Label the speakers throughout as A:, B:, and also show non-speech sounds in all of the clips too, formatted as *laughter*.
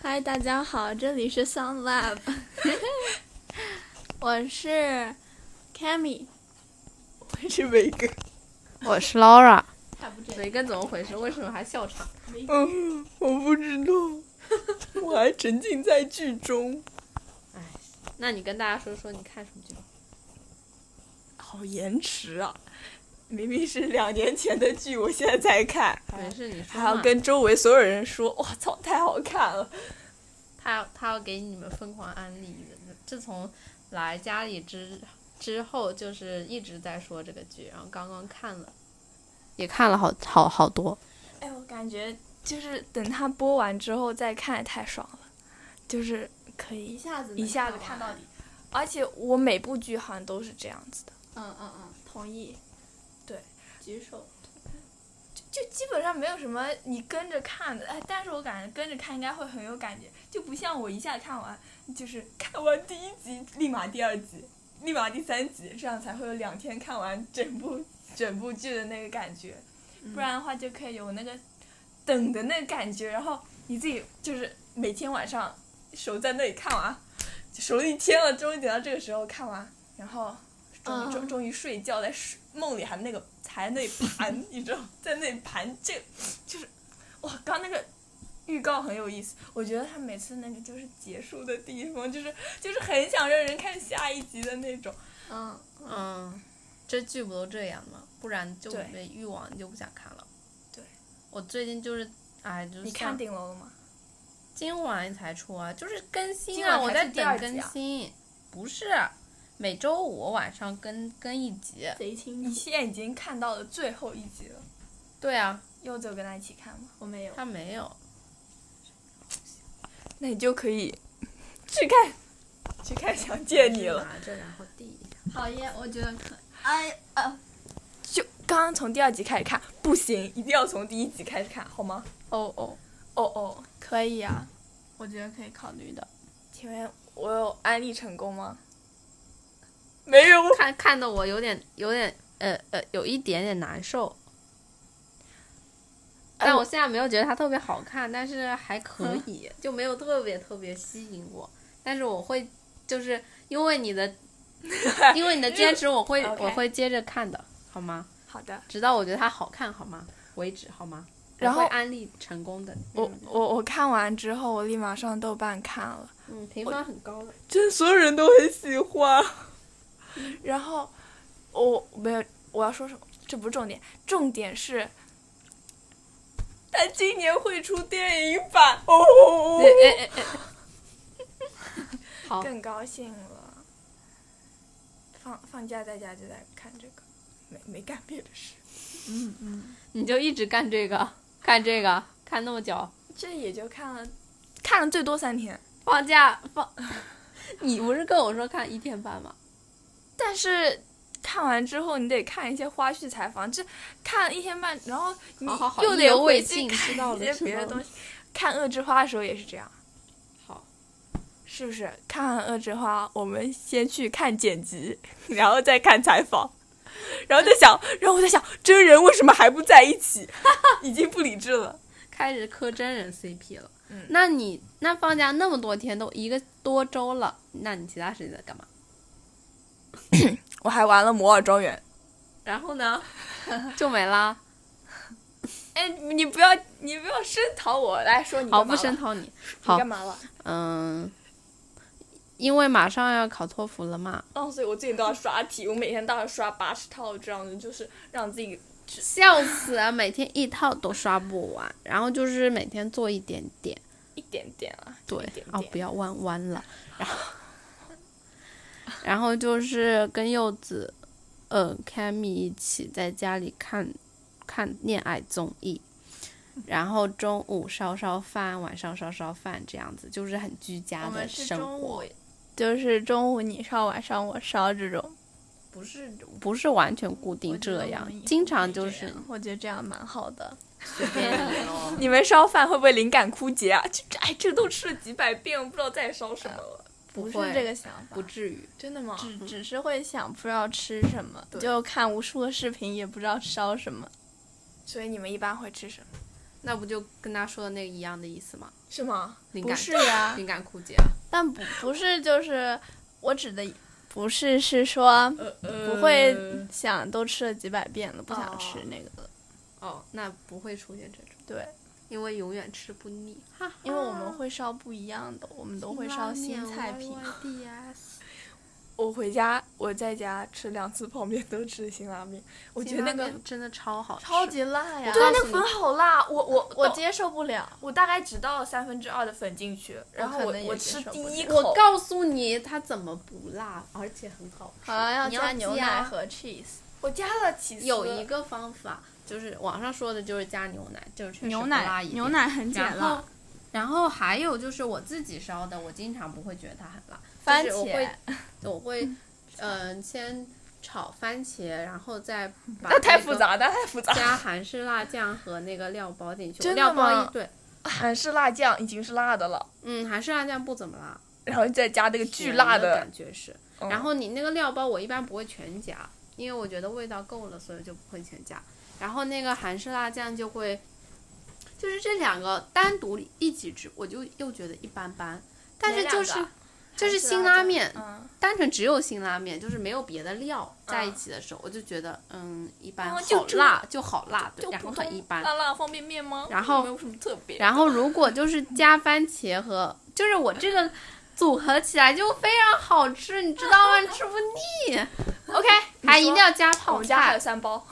A: 嗨，大家好，这里是 Sound *laughs* Lab，我是 Cammy，
B: *laughs* 我是维根，
C: *laughs*
D: 我是 Laura，
E: 雷根怎么回事？为什么还笑场？
B: 嗯， *laughs* 我不知道， *laughs* 我还沉浸在剧中，
E: 那你跟大家说说你看什么剧吧？
B: 好延迟啊！明明是两年前的剧，我现在才看，
E: 没事，你说
B: 还要
E: 嘛
B: 跟周围所有人说，我操，太好看了！
E: 他要他要给你们疯狂安利的。自从来家里之之后，就是一直在说这个剧，然后刚刚看了。
D: 也看了好好好多。
B: 哎，我感觉就是等它播完之后再看，太爽了，就是可以
A: 一下子
B: 一下子看到底。而且我每部剧好像都是这样子的，
A: 嗯嗯嗯，同意，
B: 对，
A: 举手，
C: 就基本上没有什么你跟着看的，哎，但是我感觉跟着看应该会很有感觉，就不像我一下看完，就是
B: 看完第一集立马第二集，立马第三集，这样才会有两天看完整部
C: 整部剧的那个感觉，
A: 不
C: 不
A: 然
C: 然的话就可以有那个等的那个感觉，然后你自己就是每天晚上守在那里看完，守了一天了，终于等到这个时候看完，然后终于终、终于睡觉，在睡梦里还那个还在那里盘， *laughs* 你知道，在那里盘这个，就是哇，刚那个预告很有意思，我觉得他每次那个就是结束的地方，就是就是很想让人看下一集的那种。
A: 嗯
E: 嗯，这剧不都这样吗？不然就
C: 对
E: 没欲望，你就不想看了。
C: 对，
E: 我最近就是，哎，就是
C: 你看
E: 像
C: 顶楼了吗？
E: 今晚才出啊，就是更新
C: 今
E: 啊，
C: 晚
E: 我
C: 才
E: 在
C: 出第二
E: 等
C: 集啊
E: 更新，不是每周五晚上更更一集。
A: 贼清
C: 你
A: 楚，
C: 现在已经看到了最后一集了，
E: 对啊，
C: 柚子有跟他一起看吗？
A: 我没有，
E: 他没有，
B: 那你就可以
C: 去看，
B: 去看《想见你》
C: *laughs*
B: 了。
E: 拿着然后递一下。
A: 讨厌，我觉得可，哎啊，
B: 就
C: 刚刚从第二集开始看，
B: 不行，
C: 一定要从第一集开始看，好吗？
A: 哦哦，
C: 哦哦，
A: 可以啊，我觉得可以考虑的，
C: 请问我有安利成功吗？
B: 没有
E: 看看的我有点有点呃呃有一点点难受，
C: 哎
E: 但我现在没有觉得它特别好看，但是还可
C: 嗯
E: 以，就没有特别特别吸引我。但是我会就是因为
C: *laughs*
E: 你的因为你的坚持，我会
C: OK
E: 我会接着看的，好吗？
C: 好的，
E: 直到我觉得它好看好吗为止，好吗？
C: 然后
E: 我会安利成功的，
C: 我我我看完之后，我立马上豆瓣看了，
E: 嗯，评分很高的，
B: 真所有人都很喜欢。
C: 然后我没有我要说什么，这不是重点，重点是
B: 他今年会出电影版哦，哦
E: 哎哎哎好
C: 更高兴了。放放假在家就在看这个，
B: 没没干别的事。
E: 你就一直干这个，看这个，看那么久，
C: 这也就看了看了最多三天，
E: 放假放， *laughs* 你不是跟我说看一天半吗？
C: 但是看完之后，你得看一些花絮采访，这看一天半，然后你
E: 好好好，
C: 又
E: 意
C: 得
E: 犹未
C: 回去
E: 尽，知道
C: 看
E: 了
C: 一些
E: 知
C: 别
E: 道
C: 的
E: 了
C: 东西。看《恶之花》的时候也是这样，
E: 好，
C: 是不是？看完《恶之花》，我们
B: 先去看剪辑，然后再看采访，然后再想，然后我在想，真人为什么还不在一
C: *laughs*
B: 起？已经不理智了。
E: 开始磕真人 CP 了。那你那放假那么多天都一个多周了，那你其他时间在干嘛？
B: 我还玩了《摩尔庄园
E: 然后呢， *laughs* 就没啦。
C: 哎，你不要你不要声讨我，来说你
E: 好，
C: 干嘛
E: 不
C: 了
E: 声讨你。
C: 你
E: 好
C: 干，嘛了？
E: 嗯，因为马上要考托福了嘛，
C: 嗯，所以我最近都要刷题，我每天大概刷八十套这样子，就是让自己
E: 笑死啊！每天一套都刷不完，然后就是每天做一点点。
C: 一点点啊，
E: 对
C: 一点
E: 哦，
C: 点
E: 不要弯弯了，然后然后就是跟柚子，呃，Cammy 一起在家里看看恋爱综艺，然后中午烧烧饭，晚上烧烧饭，这样子就是很居家
A: 我
E: 的
A: 们是
E: 生
A: 中午
E: 活，，
A: 就是中午你烧，晚上我烧这种。
E: 不是不是完全固定这样，经常就是
A: 我觉得这样蛮好的。
E: 随便你咯
B: 你们烧饭会不会灵感枯竭啊？
C: 这哎，这都吃了几百遍，我不知道再烧什么了。
E: 不
A: 不是
E: 会
A: 这个想法
E: 不，嗯至于。
C: 真的吗？
A: 只只是会想不知道吃什么，就看无数个视频，也不知道烧什么。
C: 所以你们一般会吃什么？
E: 那不就跟他说的那个一样的意思吗？
C: 是吗？
E: 灵
A: 不
E: 感
A: 是呀、
E: 灵感枯竭啊，
A: 但不不是就是我指的不是是说
C: 呃呃，
A: 不会想都吃了几百遍了，不想
E: 哦
A: 吃那个了。
E: 哦，那不会出现这种，
A: 对，
E: 因为永远吃不腻。哈哈，
A: 因为我们会烧不一样的，我们都会烧新菜品。
C: 我回家，我在家吃两次泡面，都吃辛拉面。我
E: 我
C: 觉得那个
E: 真的超好吃，
A: 超级辣呀！
C: 对
E: 告
C: 那
E: 诉
C: 个
E: 你
C: 粉好辣，我我
A: 我
C: 到
A: 接受不了。
C: 我大概只倒了三分之二的粉进去，然后
A: 可
C: 我
A: 能也
C: 我
A: 接
C: 吃
A: 受
C: 第
A: 不
C: 一
E: 我
C: 口，
E: 告诉你，它怎么不辣，而且很好吃。
A: 好像要
E: 你要
A: 加牛奶
E: 加
A: 和 cheese，
C: 我加了起司，
E: 有一个方法，就是网上说的就是加牛奶，就是确实
A: 牛
E: 不辣
A: 奶
E: 一点
A: 牛。奶很解
E: 然后
A: 辣，，
E: 然后还有就是我自己烧的，我经常不会觉得它很辣，
A: 番
E: 就是我会
A: 茄。
E: 我会，嗯、先炒番茄，然后再把
C: 那太
E: 那
C: 复
E: 个
C: 杂，那太复杂。
E: *laughs* 加韩式辣酱和那个料包进去。
C: 真的
E: 料包
C: 吗
E: 一对，
C: 韩式辣酱已经是辣的了，
E: 嗯，韩式辣酱不怎么辣，
C: 然后再加那个巨辣
E: 甜的
C: 的，
E: 感觉是。
C: 嗯
E: 然后你那个料包我一般不会全加，因为我觉得味道够了，所以就不会全加。然后那个韩式辣酱就会，就是这两个单独一起吃，我就又觉得一般般。但是
C: 哪
E: 就
C: 两
E: 是
C: 个
E: 就是
C: 韩式
E: 辛
C: 辣
E: 拉
C: 酱
E: 面，
C: 嗯，
E: 单纯只有辛拉面，就是没有别的料在一
C: 嗯
E: 起的时候，我就觉得嗯一般，
C: 哦
E: 好
C: 就这
E: 辣就好辣，对，
C: 就
E: 然后
C: 普
E: 很
C: 通
E: 一般。
C: 辣辣方便面吗？
E: 然后
C: 没有什么特别。
E: 然后如果就是加番茄和，就是我这个组合起来就非常好吃，你知道吗？你吃不腻。OK，
C: *laughs* 你
E: 还一
C: 说
E: 定要加
C: 我
E: 泡
C: 们家还有
E: 菜。
C: 三包，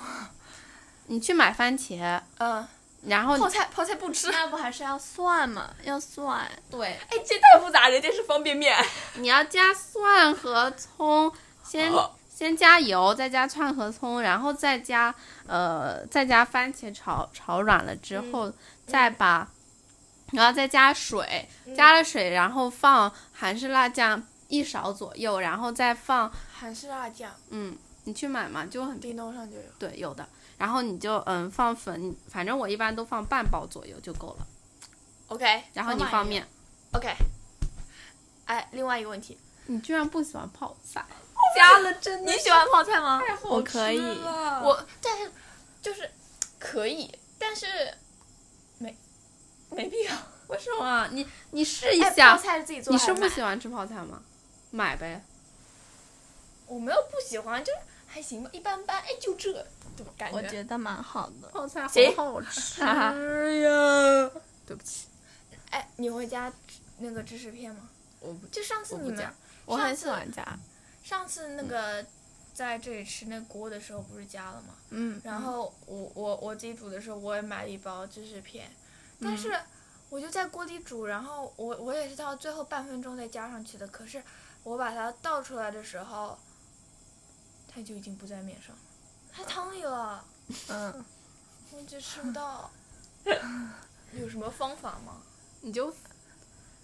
E: 你去买番茄，
C: 嗯，
E: 然后
C: 泡菜泡菜不吃，
A: *laughs* 那不还是要蒜吗？要蒜，
E: 对，
C: 哎，这太复杂，人家是方便面。
E: 你要加蒜和葱，
C: *laughs*
E: 先先加油，再加蒜和葱，然后再加呃，再加番茄炒炒软了之
C: 嗯
E: 后，再把，然后再加水，加了水，然后放韩式辣酱一勺左右，然后再放，
C: 韩式辣酱，
E: 嗯，你去买嘛，就很
C: 叮咚上就有。
E: 对有的，然后你就嗯放粉，反正我一般都放半包左右就够了，
C: OK
E: 然后你放面，
C: OK，哎，另外一个问题，
E: 你居然不喜欢泡菜，
C: 加了真的，你喜欢泡菜吗？
A: 我可以。
C: 我但是就是可以，但是没没必要。 *laughs*
E: 为什么？啊你你试一
C: 哎
E: 下，
C: 泡菜是自己做
E: 你
C: 还
E: 是不
C: 买
E: 喜欢吃泡菜吗？买呗。
C: 我没有不喜欢，就是还行吧，一般般。哎，就这，对吧？感
A: 我觉得蛮好的。
E: 泡菜
C: 行
E: 好 *laughs* 吃
C: 呀。
E: 对不起，
C: 哎，你回家吃那个芝士片吗？
E: 我不
C: 就上次
E: 我不
C: 你们
E: 加，
A: 我
C: 上
A: 很
C: 次
A: 喜欢加，
C: 上次那个在这里吃那锅的时候，不是加了吗？
A: 嗯，
C: 然后我我我自己煮的时候，我也买了一包芝士片，但是我就在锅里煮，然后我我也是到最后半分钟再加上去的。可是我把它倒出来的时候，它就已经不在面上了，它汤里了，
A: 嗯，
C: 我就吃不 *laughs* 到。有什么方法吗？
E: 你就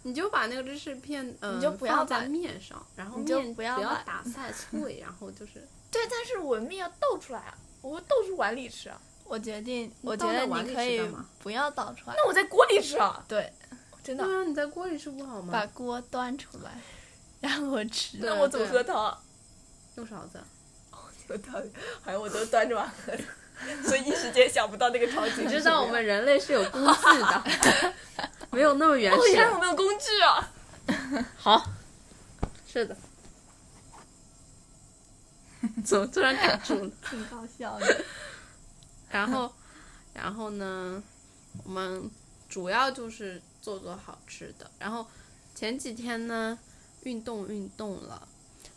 E: 你就把那个芝士片，呃，
C: 你就不要
E: 放在
C: 把
E: 面上，然后
A: 你就
E: 面
A: 不要把
E: 打太碎，然后就是
C: 对，但是我面要倒出来啊，我倒出碗里吃啊，
A: 我决定，
E: 你
A: 我觉
E: 倒在
A: 得
E: 碗里
A: 你可
E: 吃
A: 以
E: 干嘛
A: 不要倒出来，
C: 那我在锅里吃啊，
A: 对，
C: 真的
E: 对。啊，你在锅里吃不好
A: 把
E: 吗？
A: 锅端出来，让我
C: *laughs*
A: 吃。
E: 对
C: 那
E: 啊
C: 我怎么
E: 对
C: 喝
E: 啊
C: 汤啊？ *laughs*
E: 用勺子，
C: 有道理，好像我都端着碗喝的， *laughs* 所以一时间想不到那个场景。
E: 你知道我们人类是有工具的，
A: *laughs*
E: 没有那么原
C: 哦，
E: 始
C: 原来我。们有工具啊！
E: 好，是的。怎么突然卡住了？
A: *laughs* 挺搞笑的。
E: 然后，然后呢，我们主要就是做做好吃的。然后前几天呢，运动运动了，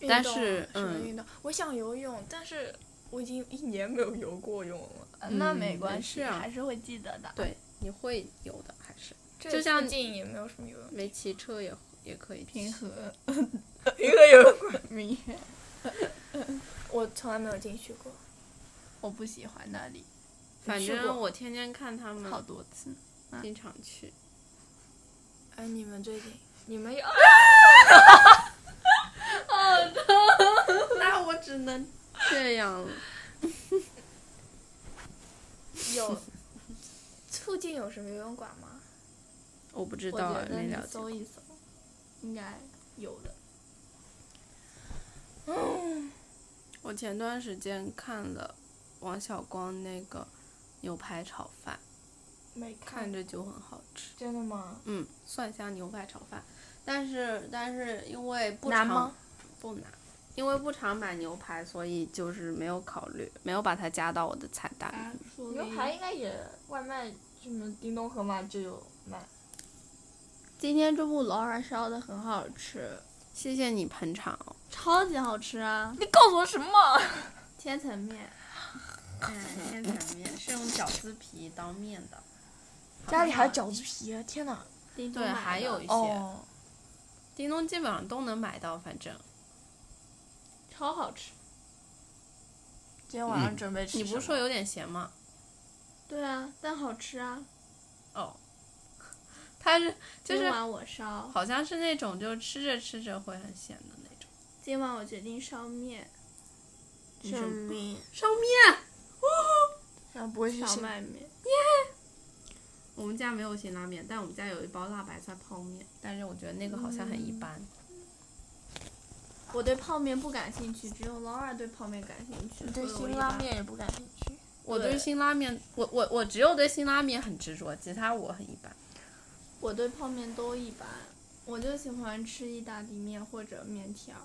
E: 但是
C: 运动啊什么
E: 嗯
C: 运动？我想游泳，但是我已经一年没有游过泳了。
A: 那
E: 嗯
A: 没关
E: 没
A: 系，
E: 事啊
A: 还是会记得的。
E: 对，你会有的，还是
C: 这
E: 就像
C: 附近也没有什么游泳，
E: 没骑车也也可以
A: 平
E: 骑。
A: 和
C: 一个游泳
A: 明，
C: 我从来没有进去过。
A: 我不喜欢那里，
E: 反
A: 去
E: 正
A: 过
E: 我天天看他
A: 好
E: 们
A: 多次。嗯
E: 经常去，
C: 哎，你们最近你 *laughs* 们有？
E: 那我只能这样了。
C: *laughs* 有附近有什么游泳馆吗？
E: 我不知
A: 我
E: 道
A: 觉
E: 啊，
A: 得
E: 没
A: 你
E: 了解。
A: 搜一搜，应该有的。
E: 我前段时间看了王小光那个牛排炒饭，
C: 没看
E: 看，着就很好吃。
C: 真的吗？
E: 嗯，蒜香牛排炒饭，但是但是因为不
C: 难
E: 常
C: 吗
E: 不难，因为不常买牛排，所以就是没有考虑，没有把它加到我的菜单里。
C: 牛排应该也外卖什么叮咚盒马就有卖。
A: 今天中午老二烧的很好吃，
E: 谢谢你捧场哦，
A: 超级好吃啊！
C: 你告诉我什么？
A: 千层面，
E: 嗯，千层面是用饺子皮当面的，
C: 家里还有饺子皮，啊天哪！
A: 叮咚
E: 对，
A: 买
E: 还
A: 的
E: 有一些、
C: 哦，
E: 叮咚基本上都能买到，反正
A: 超好吃。
C: 今天晚上准备吃
E: 你
C: 什么、
E: 不是说有点咸吗？
A: 对啊，但好吃啊！
E: 哦，它是就
A: 今
E: 是
A: 晚我烧，
E: 好像是那种就吃着吃着会很咸的那种。
A: 今晚我决定烧面，
C: 什么？
E: 烧面，
C: 然后不会去
A: 荞
C: 吃
A: 麦面。
E: 我们家没有辛拉面，但我们家有一包辣白菜泡面，嗯但是我觉得那个好像很一般。
A: 我对泡面不感兴趣，只有老二对泡面感兴趣。所
C: 对
A: 以我
C: 辛
A: 一
C: 拉
A: 般
C: 面也不感兴趣。
E: 我对辛拉面，我我我只有对辛拉面很执着，其他我很一般。
A: 我对泡面都一般，我就喜欢吃意大利面或者面条。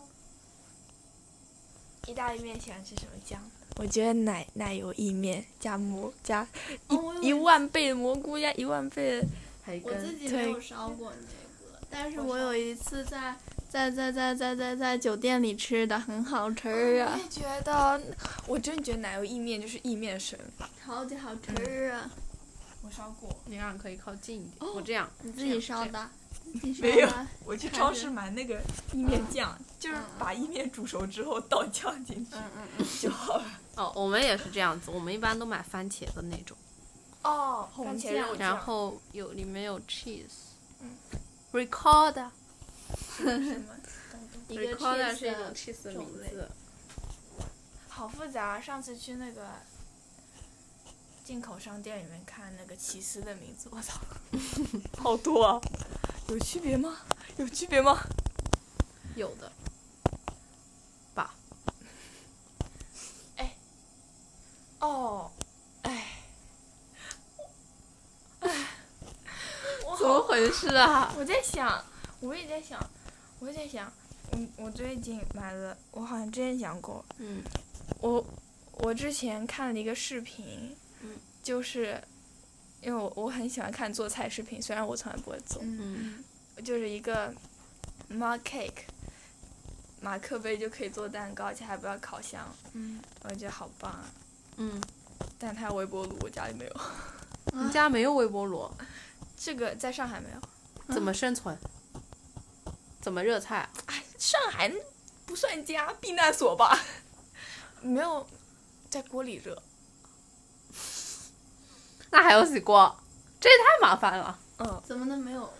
C: 意大利面喜欢吃什么酱？我觉得奶奶油意面加蘑加一、
A: 哦我有
C: 一万倍的蘑菇加一万倍的
E: 培
A: 我自
E: 根，
A: 己没有烧过那个，但是我有一次在在在在在在在酒店里吃的，很好吃啊，
C: 也觉得，我真觉得奶油意面就是意面神。
A: 超级好吃啊！
C: 我烧过，
E: 你俩可以靠近一点。我这样，
A: 你自己烧的？自己烧
C: 没有
A: 的？
C: 我去
A: 看
C: 超
A: 着
C: 市买那个意面酱，就是
A: 嗯
C: 把意面煮熟之后倒酱进去
A: 嗯嗯
C: 就好了。
E: 哦，我们也是这样子，我们一般都买番茄的那种，
C: 哦，
A: 番
C: 番
A: 茄
C: 茄
A: 肉
C: 肉
E: 然
C: 酱，
E: 后有里面有 cheese。
C: 嗯
E: Record，
C: 什 *laughs* 么东
A: 一
C: 东
A: 个
E: Ricotta
A: cheese
E: 是一种
A: 的
E: cheese 的
A: 种
E: 名
A: 类
E: 字，
C: 好复杂、啊。上次去那个进口商店里面看那个起司的名字，我操， *laughs* 好多啊！有区别吗？有区别吗？
E: 有的。
C: 哎哦，哎， *laughs* 哎，我
E: 怎么
C: 好，
E: 回事啊？
C: 我在想，我也在想，我也在想，嗯，我最近买了，我好像之前讲过，
E: 嗯，
C: 我我之前看了一个视频，
E: 嗯
C: 就是因为我我很喜欢看做菜视频，虽然我从来不会做，
E: 嗯
C: 就是一个 mark cake，马克杯就可以做蛋糕，而且还不要烤箱，
A: 嗯，
C: 我觉得好棒啊！
E: 嗯，
C: 但它有微波炉，我家里没有，
E: 你家没有微波炉，
C: 这个在上海没有，
E: 怎么生存？怎么热菜？
C: 哎，上海不算家，避难所吧，没有在锅里热，
E: 那还要洗锅，这也太麻烦了。
C: 嗯，
A: 怎么能没有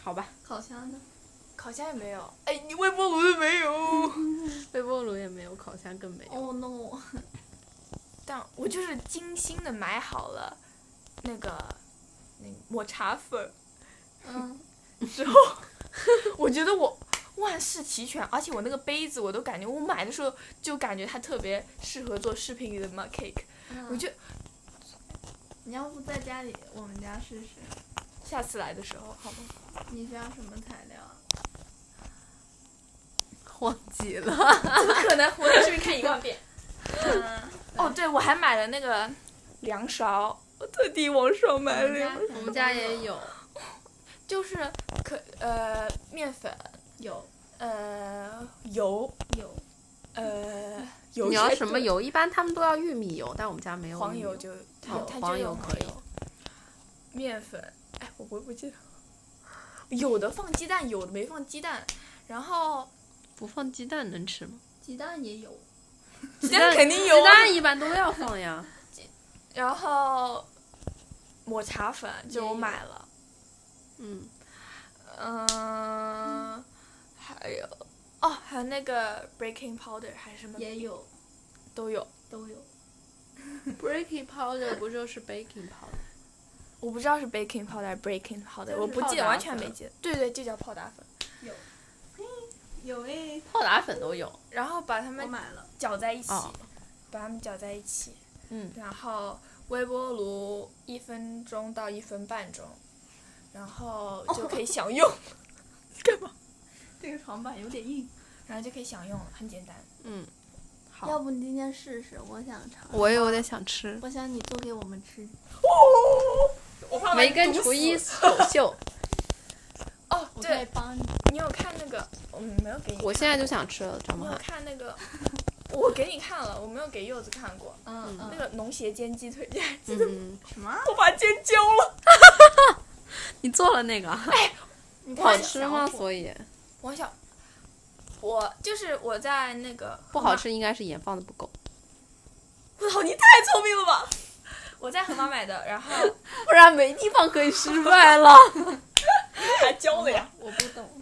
E: 好吧，
A: 烤箱呢？
C: 烤箱也没有，哎，你微波炉都没有。
E: 微波炉也没有，烤箱更没有。
A: 哦 no！ *laughs*
C: 但我就是精心的买好了那个那个抹茶粉，
A: 嗯，
C: 之后我觉得我万事齐全，而且我那个杯子我都感觉我买的时候就感觉它特别适合做视频里的 mug cake，我
A: 嗯
C: 就
A: 你要不在家里我们家试试？
C: 下次来的时候好吗？
A: 你需要什么材料啊？
E: 忘记了，
C: 不可能，我在视频看一万遍。
A: *laughs* 嗯
C: 哦，对，我还买了那个凉勺，我特地网上买
A: 我
C: 了
A: 们
C: 两
A: 家
C: 个，
A: 可
E: 我
A: 能
E: 们家也有，
C: 就是可呃面粉
A: 有
C: 呃油
A: 有
C: 呃油
E: 你要
C: 才
E: 什么
C: 对
E: 油？一般他们都要玉米油，但我们家没有
C: 黄
E: 玉米
C: 油就它
E: 哦
C: 它
E: 黄
C: 就有
E: 油
C: 黄
E: 可以
C: 油面粉，哎，我我不记得，有的放鸡蛋，有的没放鸡蛋，然后
E: 不放鸡蛋能吃吗？
A: 鸡蛋也有，
C: 鸡
E: 蛋
C: 肯定有
E: 鸡
C: 啊，
E: 蛋一般都要放呀。
C: 然后抹茶粉就我
A: 也有
C: 买了，
E: *laughs* 嗯，
C: 嗯，还有哦，还有那个 baking powder 还是什么
A: 也有
C: 都有，
A: 都有。
E: baking powder 不就是 baking powder？
C: 我不知道是 baking powder 还是 baking powder，
E: 是
C: 我不记
E: 泡
C: 得，
E: 打
C: 完全
E: 粉
C: 没记得，对对，就叫泡打粉，
A: 有诶，
E: 泡打粉都有。
C: 然后把它
A: 我
C: 们
A: 买了。
C: 搅在一起，
E: 哦
C: 把它们搅在一起，
E: 嗯
C: 然后微波炉一分钟到一分半
E: *laughs*
C: 钟，然后就可以享
E: 哦
C: 用。干嘛？这个床板有点硬，然后就可以享用了，很简单。
E: 嗯，好
A: 要不你今天试试？我想尝。
E: 我也有点想 *laughs* 吃。
A: 我想你做给我们吃。
C: 哦，我怕把
E: 梅
C: 你
E: 根
C: 毒
E: 厨
C: 死
E: 艺首秀，
C: 哦，
A: 我可以
C: 对，
A: 帮你。
C: 你有看那个？我没有给你看，
E: 我现在就想吃了，张
C: 你
E: 梦
C: 有
E: 涵。
C: 看那个？我给你看了，我没有给柚子看过。
A: 嗯
C: 那个农协煎鸡腿，
E: 嗯，
A: 什么？
C: 我把煎焦了。
E: 你做了那个啊，
C: 你
E: 好吃吗？所以
C: 我想，我就是我在那个
E: 不好吃应该是盐放的不够，
C: 我操，你太聪明了吧！我在盒马买的，然后
E: 不然没地方可以失败了。
C: 还焦了呀。
A: 我不懂。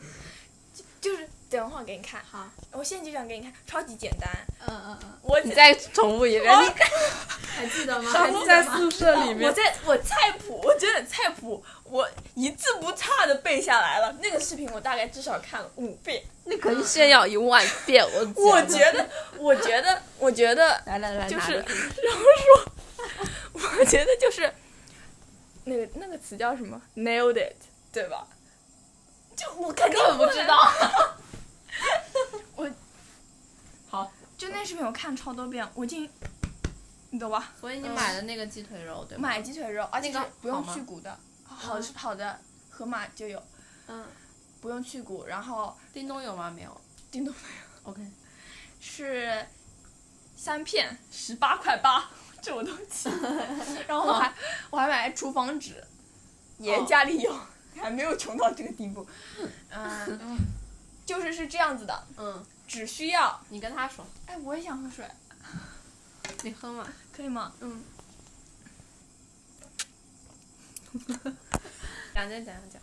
C: 就是等会儿给你看，
A: 好。
C: 我现在就想给你看，超级简单。
A: 嗯嗯嗯。
C: 我
E: 你再重复一遍，你
A: 还记得吗？
C: 还
A: *laughs* 还
C: 记
A: 记
C: 得
A: 得
C: 吗
A: 吗？
E: 宿舍
C: 我在我菜谱，我真的菜谱，我一字不差的背下来了。那个视频我大概至少看了五 *laughs* 遍。
E: 那可以炫耀一万遍。我
C: 我
E: 觉
C: 觉得，我觉得，我觉得
E: 来来来，
C: 就是，*laughs*
E: 拿
C: 然
E: 着
C: 后说， *laughs* 我觉得就是那个那个词叫什么？Nailed it，对吧？就我肯定
A: 根本不知道。
C: *laughs* 我好，就那视频我看超多遍，我竟你懂吧？
E: 所以你买的那个鸡腿肉对吗？
C: 买鸡腿肉，而且
E: 那个
C: 是不用
E: 好吗
C: 去骨的，好是好的，盒马就有，
A: 嗯，
C: 不用去骨，然后
E: 叮咚有吗？没有。
C: 叮咚
E: OK，
C: 是三片十八块八，这我都记得。然后我还我还买厨房纸，嗯也家里有，还没有穷到这个地步。 *laughs* 嗯，就是是这样子的，
E: 嗯，
C: 只需要
E: 你跟他说，
C: 哎，我也想喝水，
E: 你喝嘛。
C: 可以吗？
A: 嗯，
E: 讲讲讲讲讲。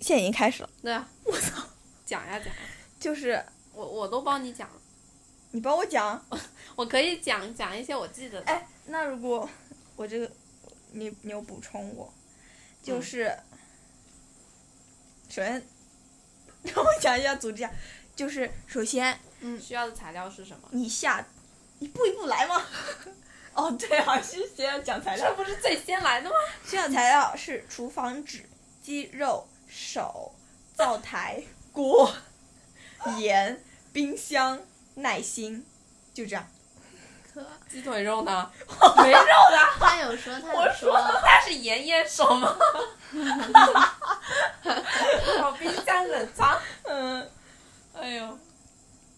C: 现在已经开始了，
E: 对啊，我操，讲呀讲呀，
C: 就是
E: 我我都帮你讲了，
C: 你帮我讲。
E: 我可以讲讲一些我记得的。
C: 哎，那如果我这个你你有补充我，就是、首先 *laughs* 让我讲一下组织一下，就是首先
E: 需要的材料是什么？
C: 你下一步一步来 *laughs* 吗？哦，对啊，是先要讲材
E: 这
C: 料，
E: 不是最先来的吗？
C: 先讲材料是厨房纸、鸡肉、手、灶台、锅、盐、冰箱、耐心，就这样。
A: 可
E: 鸡腿肉呢？
C: 没肉的，
A: 他有说，他有说，
E: 它是盐腌手 *laughs* 吗？我冰箱冷藏。
C: 嗯。
E: 哎呦，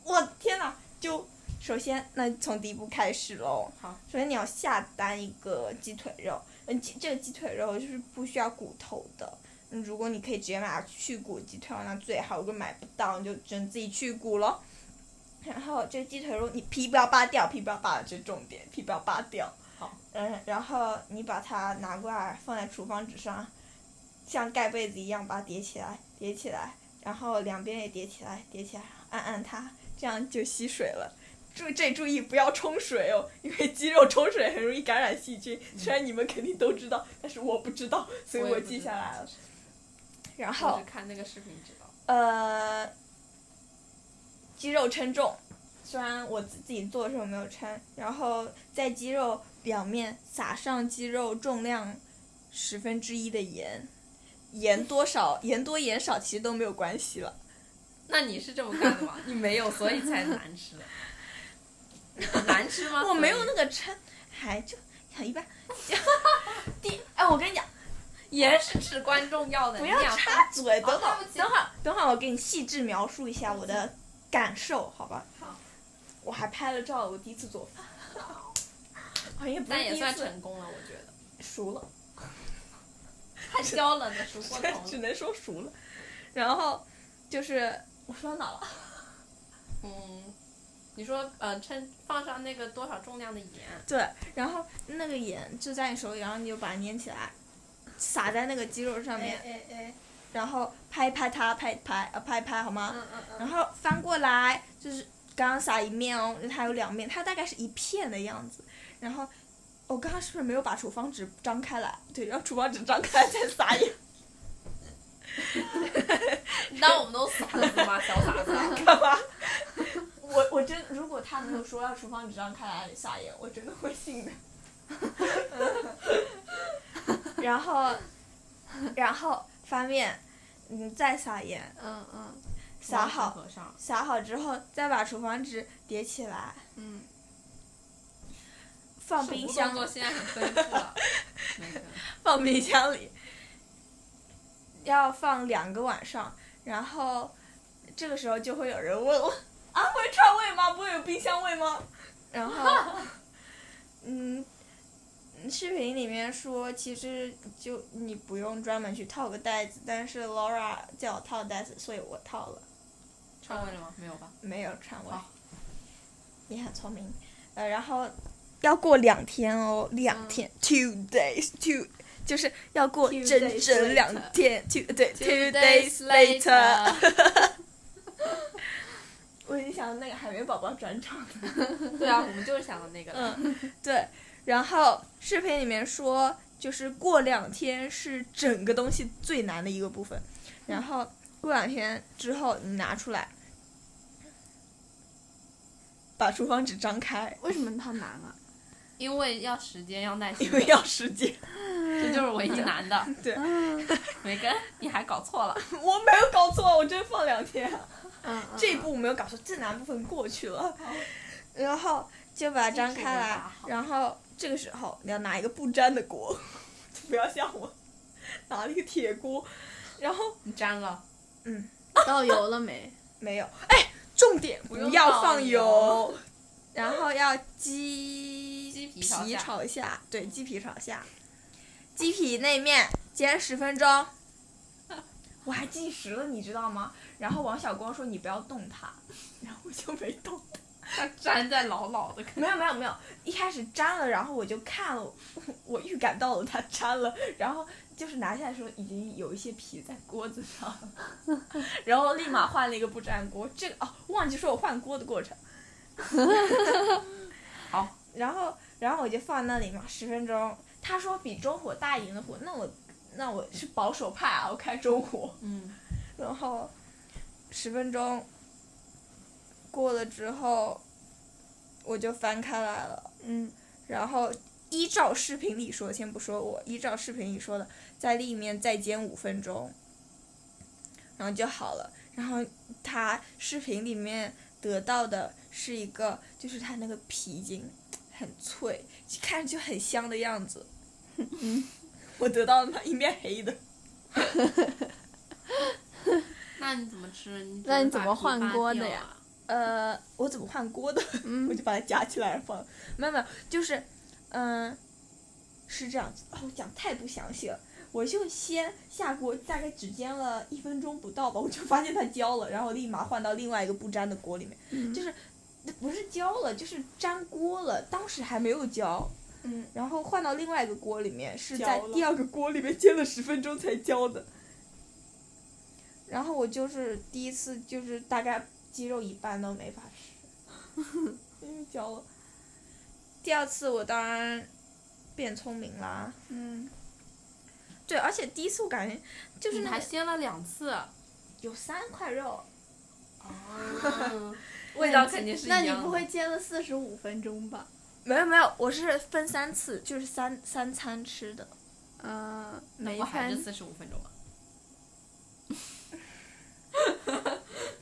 C: 我天哪！就首先，那从第一步开始喽。
E: 好，
C: 首先你要下单一个鸡腿肉，嗯，鸡这个鸡腿肉就是不需要骨头的。嗯如果你可以直接买去骨鸡腿肉，那最好；如果买不到，你就只能自己去骨咯。然后这鸡腿肉你皮不要扒掉，皮不要扒掉，这是重点，皮不要扒掉。
E: 好，
C: 嗯，然后你把它拿过来放在厨房纸上，像盖被子一样把它叠起来，叠起来，然后两边也叠起来，叠起来，按按它，这样就吸水了。注这注意不要冲水哦，因为鸡肉冲水很容易感染细菌。虽然你们肯定都知道，但是我不知道，所以
E: 我也不
C: 记
E: 知道
C: 下来了。然
E: 我
C: 后
E: 只看那个视频知道。
C: 呃，鸡肉称重，虽然我自自己做的时候没有称，然后在鸡肉表面撒上鸡肉重量十分之一的盐，盐多少，盐多盐少其实都没有关系了。
E: 那你是这么干的吗？你没有，所以才难吃。
C: *laughs*
E: 难吃吗？
C: 我没有
E: 所以
C: 那个称，还就很 *laughs* 一般。第，哎，我跟你讲，
E: 盐是至关重要的。
C: 不
E: 你
C: 要
E: 俩
C: 插嘴，等会儿
E: 哦对不起
C: 等会儿等会儿我给你细致描述一下我的感受，好吧？
E: 好。
C: 我还拍了照，我第一次做饭。好像也不
E: 但
C: 是
E: 也
C: 第一
E: 算
C: 次，
E: 成功了，我觉得。
C: 熟了，
E: 太焦了，那熟过头
C: *laughs* 只
E: 了。
C: 能说熟了。然后就是我说到哪了？
E: 嗯，你说呃，称放上那个多少重量的盐？
C: 对，然后那个盐就在你手里，然后你就把它粘起来，撒在那个鸡肉上面，
A: 哎哎，
C: 然后拍一拍它，拍一拍啊，拍一拍好吗？
E: 嗯嗯嗯。
C: 然后翻过来就是刚刚撒一面哦，它有两面，它大概是一片的样子。然后我刚刚是不是没有把厨房纸张开来？对，让厨房纸张开来再撒盐，
E: 你
C: 嗯
E: 当我们都傻
C: *laughs*
E: 子吗？小傻子啊。
C: 干嘛？我我真如果他没有说让厨房纸张开来撒盐，我真的会信的。然后，然后翻面，嗯，再撒盐，
A: 嗯 *laughs* 嗯
C: 撒好，
B: 和尚
C: 撒好之后再把厨房纸叠起来，
A: 嗯，
C: 放冰
E: *laughs*
C: 箱，
B: 现在很丰富了，那个
C: 放冰箱里，要放两个晚上。然后这个时候就会有人问我：“啊，会串味吗？不会有冰箱味吗？”然后，嗯，视频里面说，其实就你不用专门去套个袋子，但是 Laura 叫我套袋子，所以我套了。
B: 串味了吗？没有吧？
C: 没有串味
B: 好。
C: 你很聪明，呃，然后要过两天哦，两天、，two days two，就是要过
A: Two
C: 整
A: days
C: 整两
A: later
C: 天，two 对 two days
E: days
C: later。我已经想到那个海绵宝宝转场了，
B: 对啊，我们就是想到那个了。
C: 嗯，对。然后视频里面说，就是过两天是整个东西最难的一个部分，然后过两天之后你拿出来，把厨房纸张开，
A: 为什么它难啊？
B: 因为要时间，要耐心
C: *laughs* 因，为要时间。
B: *laughs* 这就是唯一难
E: *laughs*
B: 的。
C: 对，
B: *laughs* 梅根，你还搞错了。
C: 我没有搞错，我真放两天，啊
A: 嗯，嗯
C: 这一步我没有搞错，这难部分过去了，然后就把它张
B: 这
C: 开
B: 是
C: 来
B: 个法，好
C: 然后这个时候你要拿一个不粘的锅， *laughs* 不要像我拿了一个铁锅，然后
B: 你粘了，
A: 倒油了没？
C: 没有，哎，重点不
B: 用
C: 要
B: 放
C: 放
B: 油
C: 油，然后要鸡
B: 鸡皮炒
C: 皮
B: 下
C: 炒下，对，鸡皮炒下，鸡皮那面煎十分钟， *laughs* 我还计时了，你知道吗？然后王小光说你不要动它，然后我就没动，
B: 它粘在牢牢
E: *laughs*
B: 的。
C: 没有没有没有，一开始粘了，然后我就看了， *laughs* 我预感到了它粘了，然后就是拿下来的时候已经有一些皮在锅子上了，然后立马换了一个不粘锅。这个哦，忘记说我换锅的过程。
B: 好，
C: 然后然后我就放那里嘛，十分钟。他说比中火大一个火，那我那我是保守派啊，我开中火。
B: 嗯，
C: 然后十分钟过了之后，我就翻开来了。
A: 嗯，
C: 然后依照视频里说，先不说我，依照视频里说的，在里面再煎五分钟，然后就好了。然后它视频里面得到的是一个，就是它那个皮已经很脆，看上去很香的样子。 *laughs* 我得到了那一面黑的。
B: 那你怎么吃？你
A: 那你怎么换锅的
B: 只能
A: 呀
B: 把皮扒掉啊？
C: 呃，我怎么换锅的？我
A: 嗯
C: 就把它夹起来放。没有没有，就是，嗯、是这样子。哦，我讲太不详细了。我就先下锅，大概只煎了一分钟不到吧，我就发现它焦了，然后立马换到另外一个不粘的锅里面。
A: 嗯
C: 就是不是焦了，就是粘锅了。当时还没有焦，
A: 嗯，
C: 然后换到另外一个锅里面，是
B: 焦
C: 在
B: 了
C: 第二个锅里面煎了十分钟才焦的。然后我就是第一次，就是大概鸡肉一半都没法吃，因为焦了。第二次我当然变聪明啦，
A: 嗯，
C: 对，而且第一次我感觉就是
B: 你
C: 那
B: 还
C: 个
B: 煎了两 *laughs* 次。
C: 有三块肉，
E: 嗯
B: 哦，味道肯定是一
A: 那
B: 样
A: 你
B: 的。
A: 不会煎了四十五分钟吧？
C: 没有没有，我是分三次，就是三三餐吃的。
A: 嗯，每一
B: 我还
A: 餐
B: 是四十五分钟吧。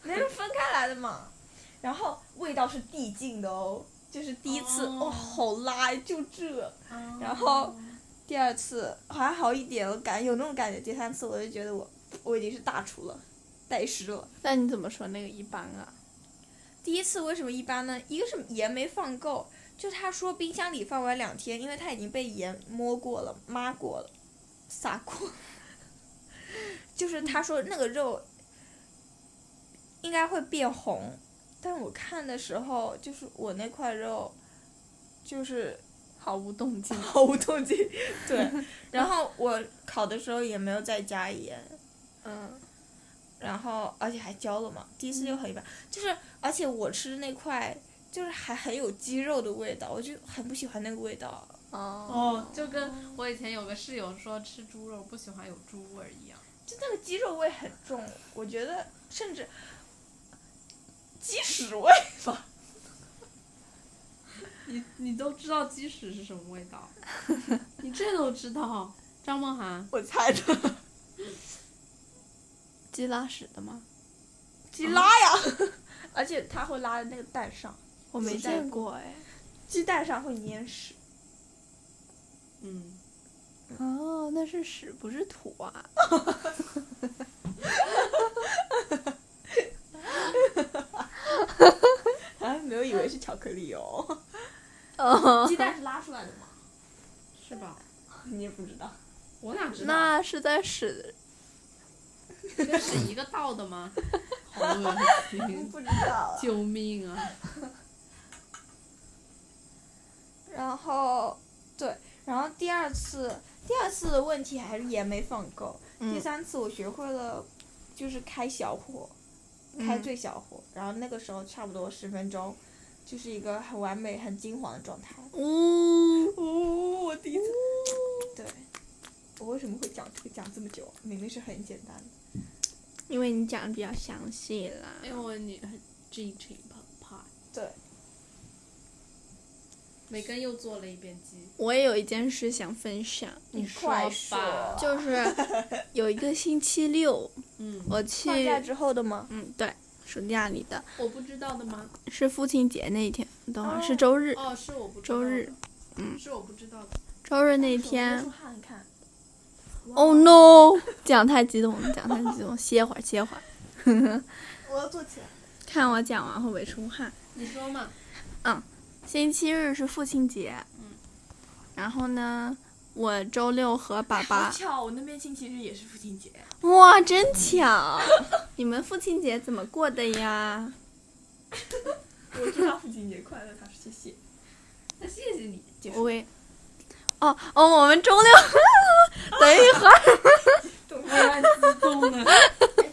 C: 那是分开来的嘛。然后味道是递进的哦，就是第一次哦
B: 哦
C: 好辣，就这。然后第二次还好一点，我感有那种感觉。第三次我就觉得我我已经是大厨了，带师了。
A: 那你怎么说那个一般啊？
C: 第一次为什么一般呢？一个是盐没放够，就他说冰箱里放完两天，因为它已经被盐摸过了、抹过了、撒过， *laughs* 就是他说那个肉应该会变红，但我看的时候，就是我那块肉就是
A: 毫无动静。
C: 毫无动静， *laughs* 对。然后我烤的时候也没有再加盐，
A: 嗯
C: 然后而且还焦了嘛，第一次就很一般，就是而且我吃那块就是还很有鸡肉的味道，我就很不喜欢那个味道。
A: 哦，
B: 就跟我以前有个室友说吃猪肉不喜欢有猪味儿一样。
C: 就那个鸡肉味很重，我觉得甚至鸡屎味吧。
B: *laughs* 你你都知道鸡屎是什么味道，你这都知道，
E: 张梦涵，
B: 我猜的。
A: 鸡拉屎的吗？
C: 鸡拉呀，而且它会拉在那个蛋上，
A: 我没
C: 鸡蛋
A: 见过哎。
C: 鸡蛋上会粘屎。
E: 嗯，
A: 哦，那是屎，不是土啊！
B: 啊，没有以为是巧克力哦。
C: 鸡蛋是拉出来的吗？
E: 是吧？
B: 你也不知道，
E: 我哪知
A: *laughs*
E: 道？
A: 那是在屎
E: 跟屎一个道的吗？ *laughs* 好恶心！
C: 不知道。
E: 救命啊！
C: 然后，对，然后第二次，第二次的问题还是盐没放够。第三次我学会了，就是开小火，开最小火，然后那个时候差不多十分钟，就是一个很完美、很金黄的状态。
A: 呜，
B: 哦，我第一次。
C: 对，我为什么会讲这个讲这么久？明明是很简单的。
A: 因为你讲的比较详细啦。
B: 哎
E: 因为哎你很激情澎湃。
C: 对。
E: 梅根又做了一遍鸡，
A: 我也有一件事想分享，
B: 嗯
E: 你
C: 快
E: 说
C: 说
E: 吧。
A: 就是 *laughs* 有一个星期六，
E: 嗯，
A: 我去，
C: 放假之后的吗？
A: 嗯，对，暑假里的，
E: 我不知道的吗？
A: 是父亲节那一天，等会儿
C: 哦
A: 是周日，
E: 哦，是我不知道
A: 周
E: 的
A: 日，嗯
E: 是我不知道的。
A: 周日
B: 哦
A: 那一
C: 手摸
A: 天
C: 出汗看，
A: ，Oh no，讲太激动了，讲太激动，歇会儿，歇会儿，
C: 我要坐起来。
A: 看我讲完会不会出汗。
E: 你说嘛？
A: 星期日是父亲节，
E: 嗯，
A: 然后呢，我周六和爸爸，
C: 巧，我那边星期日也是父亲节。
A: 哇，真巧，你们父亲节怎么过的呀？
C: 我祝他父亲节快乐，他说谢谢。
E: 那谢谢你。
A: 喂，哦哦，我们周六，等一会儿。
C: 懂吗？
E: 太激动
C: *laughs*
E: 了。
C: 哎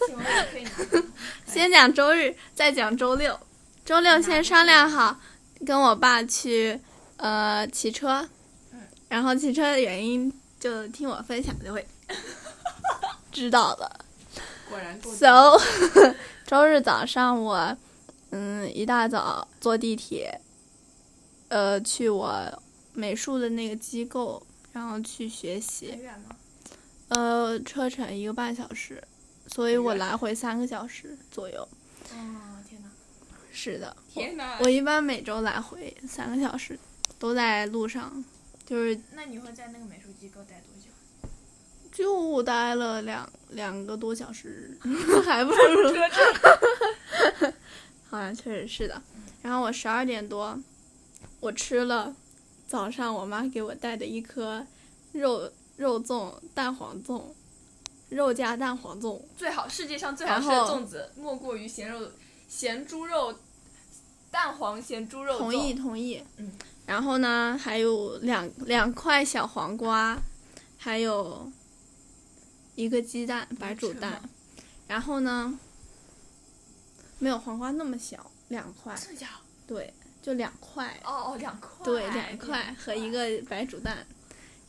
C: 请问我可以拿
A: 先讲周日，再讲周六。周六先商量好，跟我爸去呃骑车
C: 嗯，
A: 然后骑车的原因就听我分享就会知道了。
E: 果然过奖。
A: So，周 *laughs* 日早上我嗯一大早坐地铁，呃去我美术的那个机构，然后去学习
C: 很，远吗？
A: 呃车程一个半小时，所以我
C: 远
A: 来回三个小时左右。
C: 哦，天哪！
A: 是的，
C: 天哪
A: 我一般每周来回三个小时，都在路上，就是
C: 那你会在那个美术机构待多久？
A: 就待了两两个多小时， *laughs* 还不如
C: 车程。
A: 好像确实是的。然后我十二点多，我吃了早上我妈给我带的一颗肉肉粽、蛋黄粽，肉夹蛋黄粽，
C: 最好，世界上最好吃的
A: 然后
C: 粽子莫过于咸肉、咸猪肉、蛋黄咸猪肉粽。
A: 同意同意。
C: 嗯。
A: 然后呢，还有两两块小黄瓜，还有一个鸡蛋，白煮
C: 吃
A: 蛋
C: 吗。
A: 然后呢，没有黄瓜那么小，两块，
C: 这叫
A: 对，就两块，
C: 哦哦，两块。
A: 对，两块和一。个白煮蛋。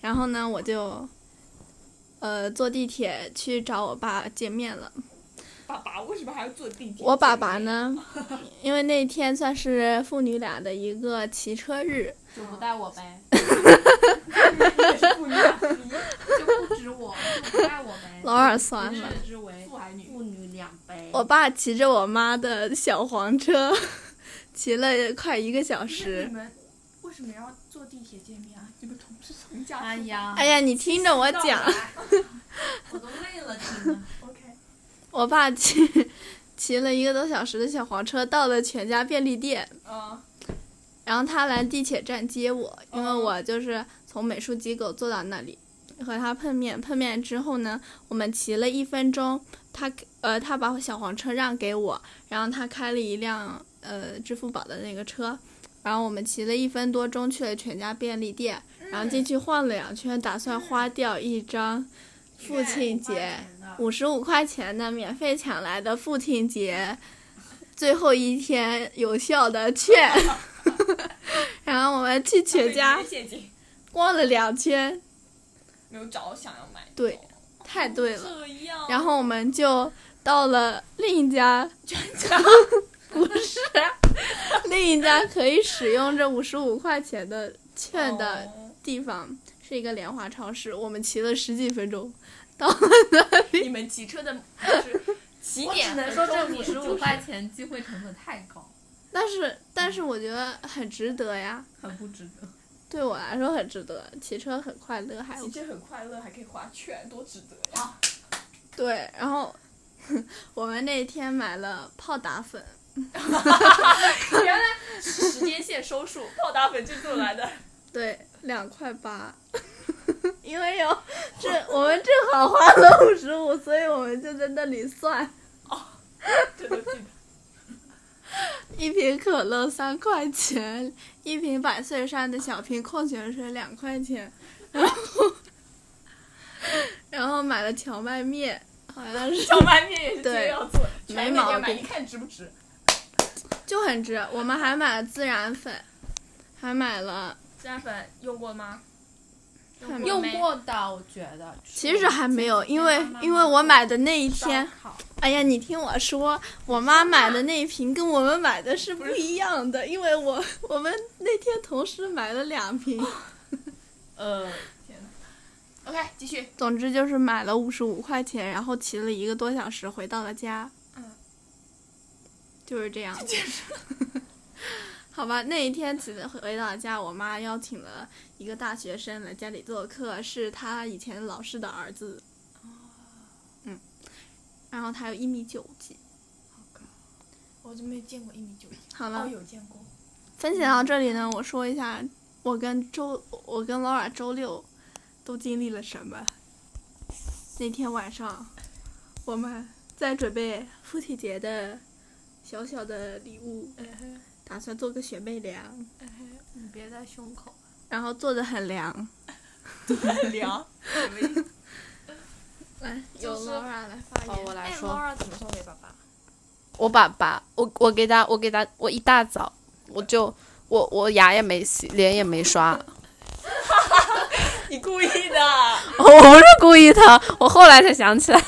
A: 然后呢，我就呃坐地铁去找我爸见面了。
C: 爸爸为什么还要坐地铁？
A: 我爸爸？呢，因为那天算是父女俩的一个骑车日，
E: 就不带我呗，
C: *laughs* 也是不一样。嗯
E: 就不止我，就不带我呗。
A: 老耳酸
E: 一
A: 了。
E: 日之为
C: 父还女。
E: 父女两杯。
A: 我爸骑着我妈的小黄车，骑了快一个小
C: 不是
A: 时
C: 你。们为什么要坐地铁见面啊？你们同事同家。
E: 哎。呀，
A: 哎呀，你听着我讲，
E: 我都累了，
C: *laughs*
E: 听着。
C: OK。
A: 我爸骑骑了一个多小时的小黄车，到了全家便利店，
C: 嗯。
A: 然后他来地铁站接我，因为
C: 哦
A: 我就是从美术机构坐到那里，和他碰面。碰面之后呢，我们骑了一分钟，他呃他把小黄车让给我，然后他开了一辆呃支付宝的那个车，然后我们骑了一分多钟去了全家便利店，然后进去晃了两圈，打算花掉一张
C: 嗯
A: 父亲节五十五块钱的免费抢来的父亲节最后一天有效的券。然后我们去全家
C: 陷阱
A: 逛了两圈，
C: 没有找想要买。
A: 对，太对了。
C: 这样。
A: 然后我们就到了另一家，不是另一家可以使用这五十五块钱的券的
C: 哦
A: 地方，是一个莲花超市，我们骑了十几分钟，
C: 你们骑车的就是起
E: 我只
C: 点
E: 能
C: 和
E: 说这
C: 终
E: 五
C: 点
E: 十五
C: 就是
E: 块钱机会成本太高，
A: 但
C: 嗯
A: 是但是我觉得很值得呀，
E: 很不值 *laughs* 得。
A: 对我来说很值得，骑车很快乐，还有
C: 骑车很快乐，还可以划拳，多值得呀！
A: 对，然后我们那天买了泡打粉，
C: 原来时间线收束，泡打粉就这么来的。
A: 对，两块八，
C: *laughs*
A: 因为有这我们正好花了五十五，所以我们就在那里算，
C: 这都记得。
A: 一瓶可乐三块钱，一瓶百岁山的小瓶矿泉水两块钱， *laughs* 然后然后买了荞麦面，好像是
C: 小拌面也是这
A: 对
C: 样做，
A: 没
C: 全每
A: 毛
C: 天买，
A: 病
C: 你看值不值？
A: 就很值。我们还买了孜然粉，还买了，
C: 孜然粉用过吗？
A: 还买
E: 用
A: 了
E: 过的，我觉得
A: 其实还没有，因为
E: 妈妈
A: 因为我买的那一
E: 烧
A: 天。
E: 烤
A: 哎呀，你听我说，我妈买的那一瓶跟我们买的是不一样的，因为我我们那天同时买了两瓶，
C: 呃，天哪。OK，继续。
A: 总之就是买了五十五块钱，然后骑了一个多小时回到了家。
C: 嗯，
A: 就是这样。 *laughs* 好吧，那一天骑的回到家，我妈邀请了一个大学生来家里做客，是她以前老师的儿子。
C: 哦
A: 嗯，然后他有一米九几。
C: 我就没见过一米九几，
A: 好了，
C: 哦，有见过。
A: 分享到这里呢，我说一下，我跟周，我跟 Laura 周六都经历了什么。那天晚上，我们在准备父亲节的小小的礼物，打算做个雪媚凉，
E: 嗯你别在胸口，
A: 然后做的很凉。
C: 很凉。
A: 来，由
C: 就是
A: Laura 哦来发
F: 好，我
A: 言。
F: 来
C: 哎
F: 说。
C: ，Laura 怎么送给爸爸？
F: 我爸爸，我我给他，我给他，我一大早我就我我牙也没洗，脸也没刷，
C: *laughs*
F: *laughs*
C: 你故意的。
F: 我不是故意的，我后来才想起来。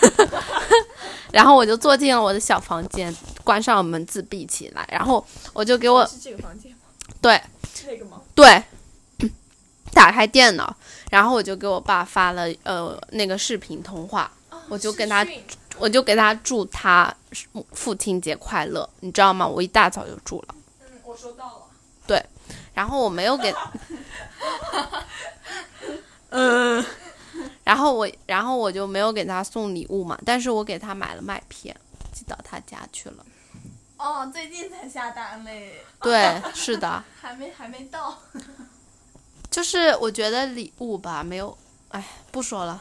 F: *laughs* 然后我就坐进了我的小房间，关上门自闭起来，然后我就给我
C: 哦是这个房间吗？
F: 对
C: 那个吗？
F: 对， *clears throat* 打开电脑，然后我就给我爸发了呃那个视频通话，
C: 哦
F: 我就跟他
C: 视讯
F: 我就给他祝他父亲节快乐，你知道吗？我一大早就祝了，
C: 嗯，我收到了。
F: 然后我没有给，嗯，然后我然后我就没有给他送礼物嘛，但是我给他买了麦片，寄到他家去了。
A: 哦，最近才下单嘞，
F: 对，是的，
A: 还没还没到。
F: 就是我觉得礼物吧，没有，哎，不说了，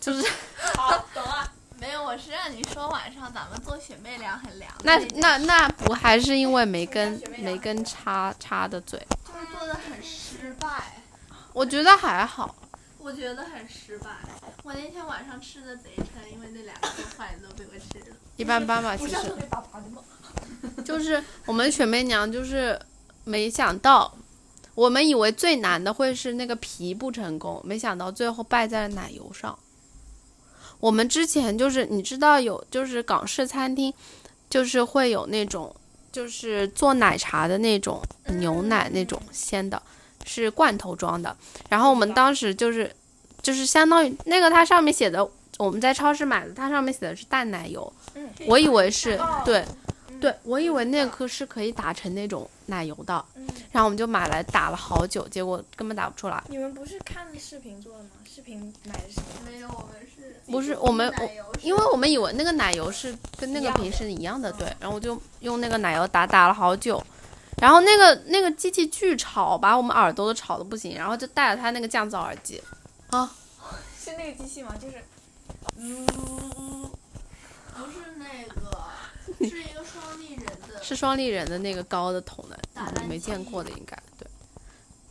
F: 就是
C: 好，懂了。
A: 没有，我是让你说晚上咱们做雪媚凉很凉。
F: 那那那不还是因为没跟
C: 学妹俩
F: 没跟插插的嘴，
A: 就是做的很失败。
F: 我觉得还好。
A: 我觉得很失败。我那天晚上吃的贼撑，因为那两个坏的都被我吃了。
F: 一般般吧，啊其
C: 不是要
F: 实
C: 送给爸爸的吗？
F: 就是我们雪媚娘就是没想到，我们以为最难的会是那个皮不成功，没想到最后败在了奶油上。我们之前就是你知道有就是港式餐厅，就是会有那种就是做奶茶的那种牛奶那种鲜的，是罐头装的。然后我们当时就是就是相当于那个它上面写的，我们在超市买的，它上面写的是淡奶油，
C: 嗯
F: 我以为是
C: 哦
F: 对。
C: 嗯
F: 对，我以为那个是可以打成那种奶油的，
C: 嗯，
F: 然后我们就买来打了好久，结果根本打不出来。
C: 你们不是看视频做的吗？视频买的是
A: 没有，我们是
F: 不是我们我，因为我们以为那个奶油是跟那
C: 一
F: 个
C: 样
F: 平时一样的，对，然后我就用那个奶油打打了好久，然后那个那个机器巨吵，把我们耳朵都吵得不行，然后就戴了它那个降噪耳机，
C: 是那个机器吗？就是
A: 不是那个，是一个双立人的，
F: 是双立人的那个高的筒的，
A: 打
F: 你
A: 蛋
F: 没见
A: 机
F: 过的应该对，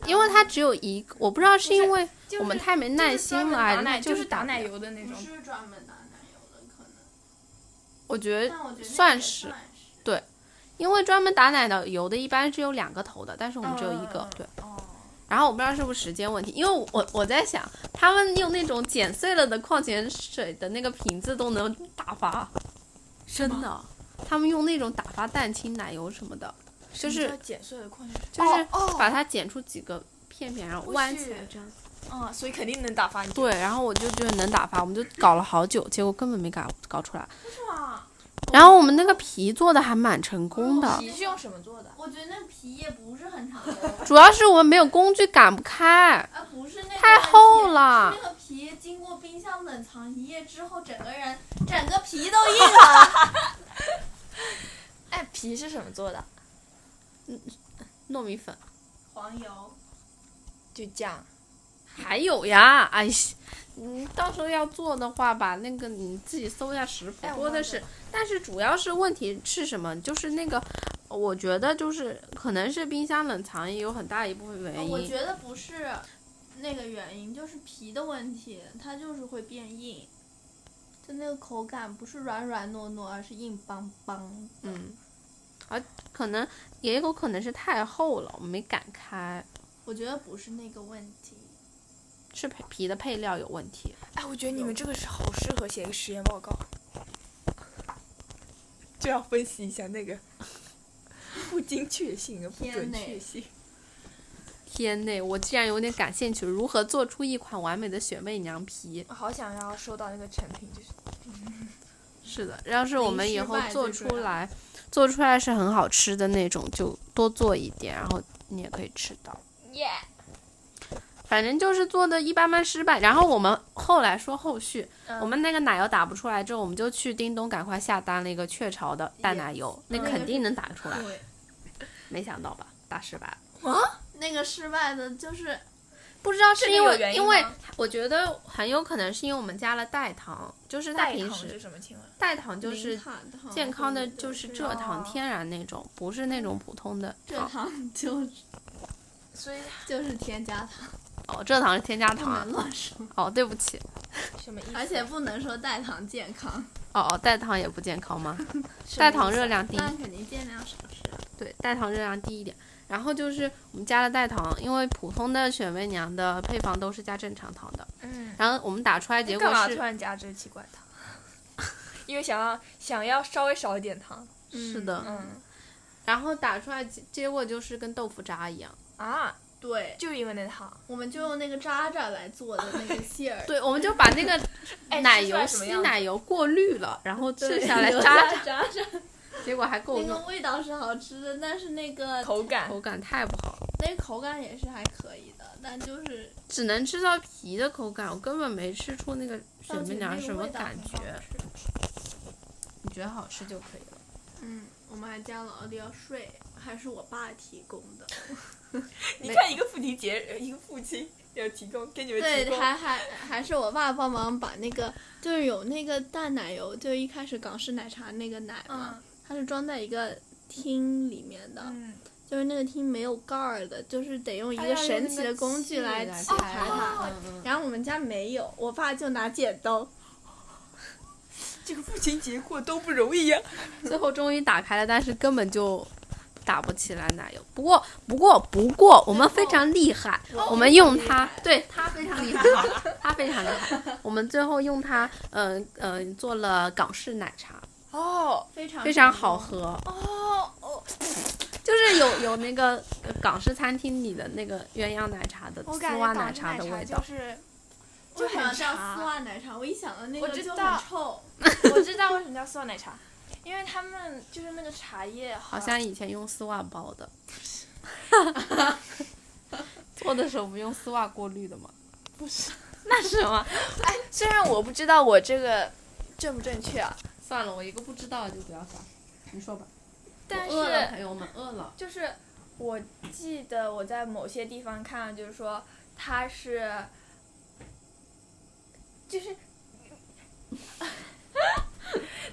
F: *laughs* 因为它只有一个，我不知道是因为
C: 就是
F: 我们太没耐
C: 就是
F: 心
C: 专门
F: 了，
C: 打
F: 还
C: 奶
F: 它
C: 就是打奶
F: 不了，
C: 油的那
A: 不
C: 种。
A: 是专门打奶油的，可能。
F: 我觉得
A: 但我觉得那个也
F: 呃算
A: 算
F: 是因为专门打奶的油的一般是有两个头的，但是我们只有一个。
C: 嗯嗯嗯
F: 对。
C: 哦，
F: 然后我不知道是不是时间问题，因为我我我在想，他们用那种剪碎了的矿泉水的那个瓶子都能打发，真的，他们用那种打发蛋清奶油什么的，就是
C: 剪碎的矿泉水。
F: 就是把它剪出几个片片，然后弯起来
C: 不
F: 这样。
A: 哦
C: 啊，所以肯定能打发你。
F: 对，然后我就觉得能打发，我们就搞了好久，结果根本没搞搞出来。
C: 哇，
F: 然后我们那个皮做的还蛮成功的，
C: 皮是用什么做的？
A: 我觉得那皮也不是很常用，
F: 主要是我们没有工具擀不开，
A: 啊，不是那个
E: 哎
F: 太厚了
A: 那。个皮经过冰箱冷藏一夜之后，整个人整个皮都硬了。
C: 哎，皮是什么做的？
F: 糯米粉
A: 黄油，
C: 就酱。
F: 还有呀，哎，你到时候要做的话，把那个你自己搜一下食谱
C: 哎，我
F: 多的
C: 忘
F: 是。但是主要是问题是什么？就是那个，我觉得就是可能是冰箱冷藏也有很大一部分原因。
A: 哦我觉得不是那个原因，就是皮的问题，它就是会变硬。就那个口感不是软软糯糯，而是硬邦邦。
F: 嗯，而可能也有可能是太厚了，我们没擀开，
A: 我觉得不是那个问题。
F: 是皮皮的配料有问题。
C: 哎，我觉得你们这个是好适合写一个实验报告， *laughs* 就要分析一下那 *laughs* 个不精确性和不准确性。
F: 天内，我竟然有点感兴趣，如何做出一款完美的雪媚娘皮？
C: 我好想要收到那个成品，就是
F: 是的，要是我们以后做
A: 零失败最
F: 出
A: 重要
F: 来，做出来是很好吃的那种，就多做一点，然后你也可以吃到。
C: 耶。
F: 反正就是做的一般般失败，然后我们后来说后续，
C: 嗯
F: 我们那个奶油打不出来之后，我们就去叮咚赶快下单了一个雀巢的淡奶油，那
A: 嗯
F: 肯定能打出来，
A: 对，
F: 没想到吧，大失败了。
A: 那个失败的就是
F: 不知道是
C: 这个
F: 因
C: 有
F: 为
C: 原因
F: 因为
C: 吗
F: 我觉得很有可能是因为我们加了代糖，就是它
C: 代
F: 平
C: 糖是
F: 时
C: 什么？请问？
F: 代糖就
A: 零
F: 是
A: 卡
C: 嗯
A: 糖
F: 健康的
A: 或者
F: 就是
A: 蔗
F: 蔗糖天然那种，不是那种普通
C: 哦
F: 的糖。
A: 糖，啊就是
C: 所以
A: 就是添加糖，
F: 哦，蔗糖是添加
A: 不
F: 糖啊
A: 能。乱说，
F: 哦，对不起。
C: 什么意思？
A: 而且不能说代糖健康，
F: 哦哦，代糖也不健康吗？
C: *laughs* 什么
F: 代
C: 意
F: 糖
C: 思
F: 热量低，
A: 但肯定尽量少啊吃。
F: 对，代糖热量低一点。然后就是我们加了代糖，因为普通的雪媚娘的配方都是加正常糖的。
C: 嗯，
F: 然后我们打出来结果
C: 干嘛突
F: 是
C: 然加这奇怪糖？因为想要想要稍微少一点糖。
F: 是的，
C: 嗯
F: 然后打出来结结果就是跟豆腐渣一样。
C: 啊，
A: 对，
C: 就因为那糖。
A: 我们就用那个渣渣来做的那个馅
F: *laughs*
A: 儿，
F: 对，我们就把那个
C: *laughs* 哎
F: 奶
C: 吃出来
F: 油
C: 什么
F: 稀
C: 样子
F: 奶油过滤了，然后剩
A: 对
F: 下
C: *laughs*
F: 来
A: 留
F: *laughs* 渣
A: 下
F: 渣，
A: 渣渣，
F: 结果还够
A: 那
F: 用
A: 个，味道是好吃的，但是那个
C: 口感
F: 口感太不好了，
A: 那个口感也是还可以的，但就是
F: 只能吃到皮的口感，我根本没吃出那个雪
A: 到底
F: 媚娘
A: 那个
F: 什么
A: 味道
F: 感
A: 很
F: 觉
A: 好。吃
F: 你觉得好吃就可以了。
A: 嗯，我们还加了奥利奥税，还是我爸提供的。
C: 你看一个父亲节，呃一个父亲要提供给你们提
A: 对，
C: 供，
A: 还还还是我爸帮忙把那个，就是有那个淡奶油，就一开始港式奶茶那个奶嘛，
C: 嗯
A: 它是装在一个tin 里面的，
C: 嗯，
A: 就是那个 tin 没有盖儿的，就是得用一
F: 哎
A: 个
F: 呀用
A: 神
F: 那
A: 奇
F: 个
A: 的工具
F: 器
A: 来
F: 来
A: 解开
F: 开
A: 它。
F: 嗯
A: *laughs*
F: 嗯
A: 然后我们家没有，我爸就拿剪刀，
C: 这个父亲节过都不容易呀、
F: 嗯最后终于打开了，但是根本就打不起来奶油。不过，不过，不过，我们非常厉害，
C: 哦
F: 我们用它，对它非常厉害，它非常厉害。我们最后用它，嗯、呃、嗯、做了港式奶茶，
C: 哦
A: 非常
F: 非常好。喝，
C: 哦哦，
F: 就是有有那个呃港式餐厅里的那个鸳鸯奶茶的
C: 我
F: 丝
C: 感觉
F: 袜
C: 港
F: 奶
C: 式
F: 茶的味道
C: 就。是
A: 为
C: 就
A: 什么
C: 很
A: 要叫丝
C: 茶。
A: 袜奶茶？我一想到那
C: 我
A: 个
C: 知
A: 就
C: 道
A: 很臭。
C: *laughs* 我知道为什么叫丝袜奶 *laughs* 茶，因为他们就是那个茶叶
F: 好像以前用丝袜包
E: *laughs*
F: 的，做的时候不用丝袜过滤的吗？
C: 那是什么？哎，虽然我不知道我这个正不正确啊，
F: *laughs* 算了，我一个不知道就不要想。你说吧。
C: 但
F: 我饿了，
C: 是
F: 朋友们饿了。
C: 就是我记得我在某些地方看，就是说它是，就是。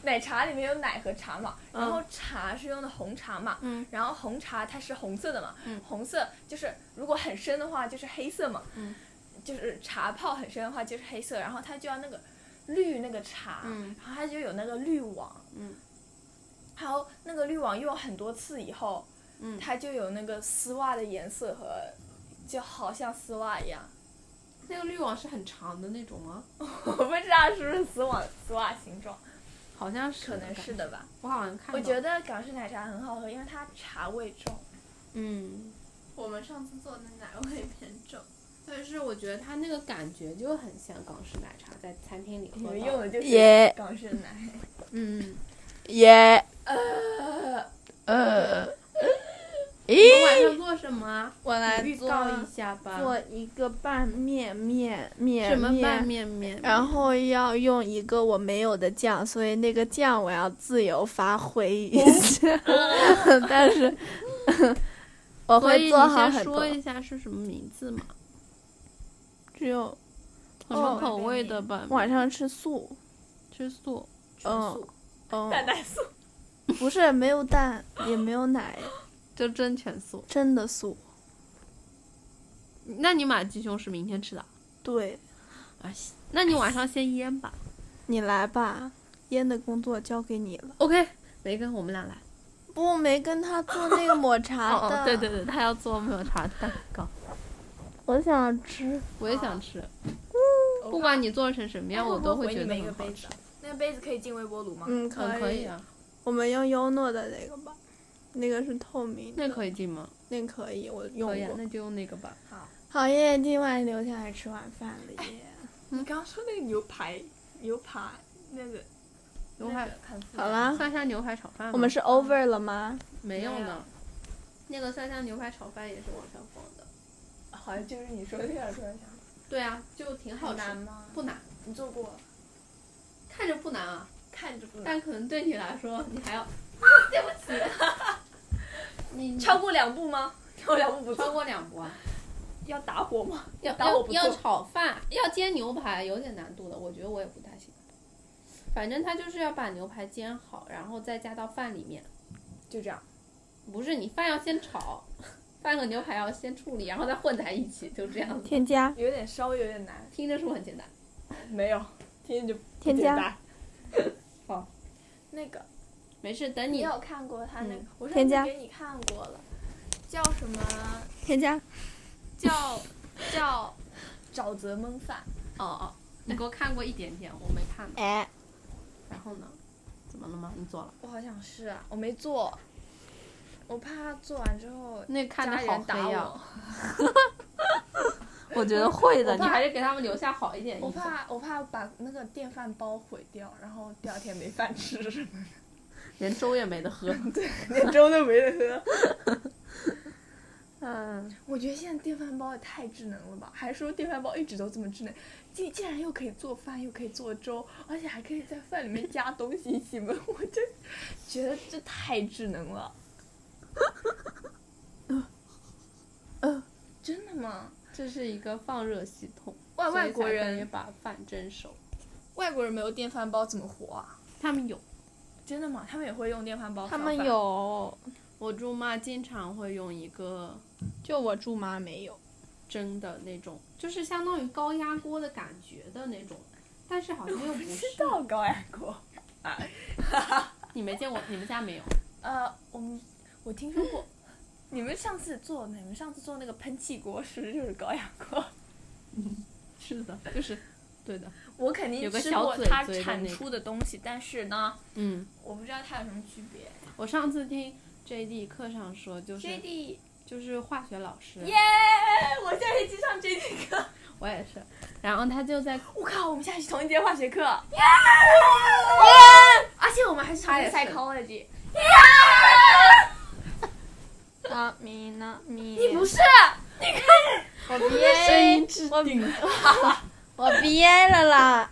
C: 奶茶里面有奶和茶嘛，然后茶是用的红茶嘛，
F: 嗯
C: 然后红茶它是红色的嘛，
F: 嗯
C: 红色就是如果很深的话就是黑色嘛，
F: 嗯
C: 就是茶泡很深的话就是黑色，然后它就要那个滤那个茶，
F: 嗯
C: 然后它就有那个滤网，
F: 嗯，
C: 然后那个滤网用很多次以后，
F: 嗯
C: 它就有那个丝袜的颜色和就好像丝袜一样， *laughs*
F: 那个滤网是很长的那种吗？
C: 我不知道是不是丝袜丝袜形状，
F: 好像是，
C: 可能是。的吧。
F: 我好像看
C: 我
F: 到。
C: 觉得港式奶茶很好喝，因为它茶味重。
F: 嗯，
A: 我们上次做的奶味偏重， *laughs*
E: 但是我觉得它那个感觉就很像港式奶茶，在餐厅里
C: 你
E: 喝
C: 们
E: 到
C: 用
E: 的。
C: 的就是
B: 耶
C: 港式奶，
E: 嗯，
B: 耶，
E: 你晚上做什么啊？
A: 我来
E: 你预
A: 做
E: 告一下吧。
A: 做一个拌面面面
E: 啊什么拌
A: 面
E: 面面？
A: 然后要用一个我没有的酱，所以那个酱我要自由发挥一下，
E: 哦
A: *laughs* 但是我
E: 所以
A: 会做好很
E: 你先
A: 多
E: 说。一下是什么名字嘛？
A: 只有
E: 什么
A: 哦
E: 口味的吧？
A: 晚上吃素，
E: 吃素，
A: 嗯嗯，
C: *laughs* 蛋奶素，
A: 不是没有蛋，也没有奶，
E: 就真全素。
A: 真的素。
E: 那你买鸡胸是明天吃的？
A: 对
E: 啊，西那你晚上先腌吧。 *laughs*
A: 你来吧，腌的工作交给你了。
E: OK，梅根，我们俩来。
A: 不，没跟他做那个抹茶
E: *laughs* 哦
A: 的。
E: 哦，对对，对，他要做抹茶蛋糕，
A: 我想吃。
E: 我也想吃。不管你做成什么样，
C: 哎
E: 我都
C: 会
E: 会觉得
C: 一个
E: 很好
C: 杯
E: 吃
C: 子。，啊那个杯子可以进微波炉吗？
A: 嗯，
E: 嗯，可
A: 以
E: 以。啊。
A: 我们用优诺的那个吧，那个是透明的。
E: 那可以进吗？
A: 那可以，我用
E: 可以啊，
A: 过。
E: 那就用那个吧。
A: 好耶，今晚留下来吃晚饭了 *laughs* 耶。
C: 你刚刚说那个牛排，牛排那个
E: 牛排，
A: 好啦，
E: 蒜香牛排炒饭吗。
A: 我们是 over 了吗？
E: 没有
C: 没
E: 呢。那个蒜香牛排炒饭也是网上放的。
C: *laughs* 好像就是你说的那样，突然想，
E: 对啊，就挺好吃。
C: 吗？
E: 不难，
C: 你做过？
E: 看着不难啊，
C: 看着不难，
E: 但可能对你来说，你 *laughs* 还要， *laughs* 对不起，你
C: 超过两步吗？ *laughs* 超过两步不
E: 超
C: 做，
E: 过两步啊。
C: 要打火吗？
E: 要
C: 打火
E: 要
C: 不
E: 要
C: 错
E: 炒饭，要煎牛排有点难度的，我觉得我也不太行。反正他就是要把牛排煎好，然后再加到饭里面。
C: *laughs* 就这样。
E: 不是你饭要先炒，饭和牛排要先处理，然后再混在一起，就这样子。
A: 添加，
C: 有点稍微有点难，
E: 听着是不是很简单？
C: 没有，听着就不
A: 添
C: 简
A: 加
C: 单。 *laughs*
E: 好，
C: 那个
E: 没事，等
C: 你
E: *laughs* 你
C: 有看过他那个？我上
A: 添加
C: 次给你看过了，叫什么？
A: 添加。
C: 叫叫沼泽焖饭。
E: 哦哦，你给我看过一点点，我没看呢。
A: 哎，
E: 然后呢？怎么了吗？你做了？
C: 我好想试啊，我没做，我怕做完之后
E: 那看着
C: 家
E: 好
C: 人打
E: 黑呀、
C: 我。
B: 我觉得会的，
E: 我
B: 你
E: 怕还是给他们啊留下好一点
C: 我
E: 印象。
C: 怕我怕把那个电饭煲毁掉，然后第二天没饭吃，
E: 连粥也没得喝。
C: *laughs* 连粥都没得 *laughs* 喝。
E: 嗯，
C: 我觉得现在电饭煲也太智能了吧？还是说电饭煲一直都这么智能？竟竟然又可以做饭，又可以做粥，而且还可以在饭里面加东西一起焖， *laughs* 我就觉得这太智能了。 *laughs* 嗯真的吗？
E: 这是一个放热系统，
C: 外
E: 所以
C: 外国
E: 才可以
C: 人
E: 把饭蒸熟。
C: 外国人没有电饭煲怎么活啊？
E: 他们有，
C: 真的吗？他们也会用电饭煲？
A: 他们。有，
E: 我舅妈经常会用一个
A: 就我舅妈没 *laughs* 有。
E: 蒸的那种，就是相当于高压锅的感觉的那种，但是好像又不是。
C: 到高压锅。
E: 你没见过，你们家没有？
C: 呃，我们我听说过， *laughs* 你们上次做，你们上次做那个喷气锅是不是就是高压锅？
E: *laughs* 是的，就是，对的。
C: *laughs* 我肯定
E: 有个
C: 吃
E: 小
C: 过
E: 嘴
C: 它
E: 嘴的
C: 产
E: 那个
C: 出的东西，但是呢，
E: 嗯，
C: 我不知道它有什么区别。
E: 我上次听 JD 课上说，就是
C: JD，
E: 就是化学老师
C: 耶！ *laughs* 我下学期上 *laughs* JD 课，
E: 我也是，然后他就在
C: 我靠，我们下学期同一节化学课，耶！而且我们还是上
E: 他也是
C: psychology，
A: 啊咪呢咪，
C: 你不是？
A: *laughs* 我毕业，我 *laughs* 我毕业了啦！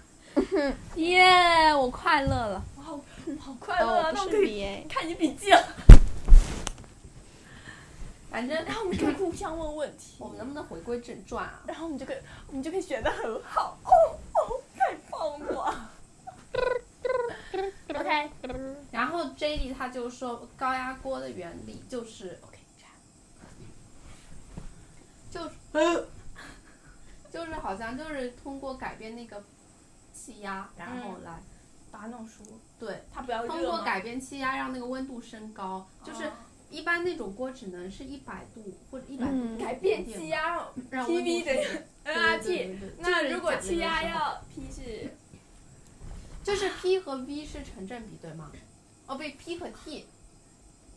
E: 耶我快乐了。
C: 好快乐
A: 哦
C: 啊！
A: *laughs* 我
C: 那我
A: 不
C: 可
A: 是
C: 以
A: 毕 *laughs* 业，
C: 看你笔记了。
E: 反正
C: 然后我们可以互相问问题
E: 我，们能不能回归正传啊？
C: 然后我们就可以，我们就可以学的很好。哦哦， *laughs* 太棒了！OK，
E: 然后 JD 他就说高压锅的原理就是 OK，这 *laughs* 样就就是好像就是通过改变那个气压，然后来、
C: 把它弄熟，
E: 对
C: 它不要
E: 通过
C: 哦热吗？
E: 改变气压让那个温度升高，就是
C: 哦
E: 一般那种锅只能是一百度或者一百
A: 嗯
E: 度
C: 改变啊气
E: 压，
C: 压
E: 让温度
C: ，PV
E: 升
C: 等于
E: 高。
C: *laughs*
E: 对对
C: NRT。
E: 对对对
C: 啊那如果
E: 就是
C: 气
E: 讲
C: 压
E: 那个时候
C: 要 P 是
E: 就是 P 和 V 是成正比对吗？哦，不，P 和 T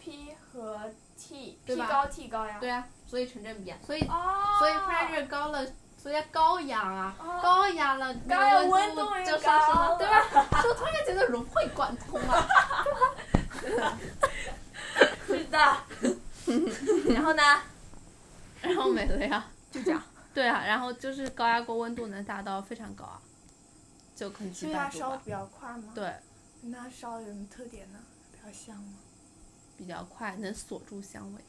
C: P 和 T，P
E: 对吧
C: 高 T 高呀。
E: 对啊，所以成正比啊，所以
C: 哦，
E: 所以 pressure 高了所以高雅啊，
C: 哦
E: 高雅了，
C: 高雅温
E: 温
C: 度也
E: 就是什
C: 高
E: 么，对吧？ *laughs* 就突然觉得融会贯通 *laughs* 啊，
C: *laughs* 是的。然后呢？
E: 然后没了呀。
C: 就这样。
E: 对啊，然后就是高压锅温度能达到非常高啊，就可能几
C: 所以它
E: 百度
C: 烧得
E: 吧。
C: 比较快吗？。
E: 对，
C: 那烧有什么特点呢？比较香吗？
E: 比较快，能锁住香味。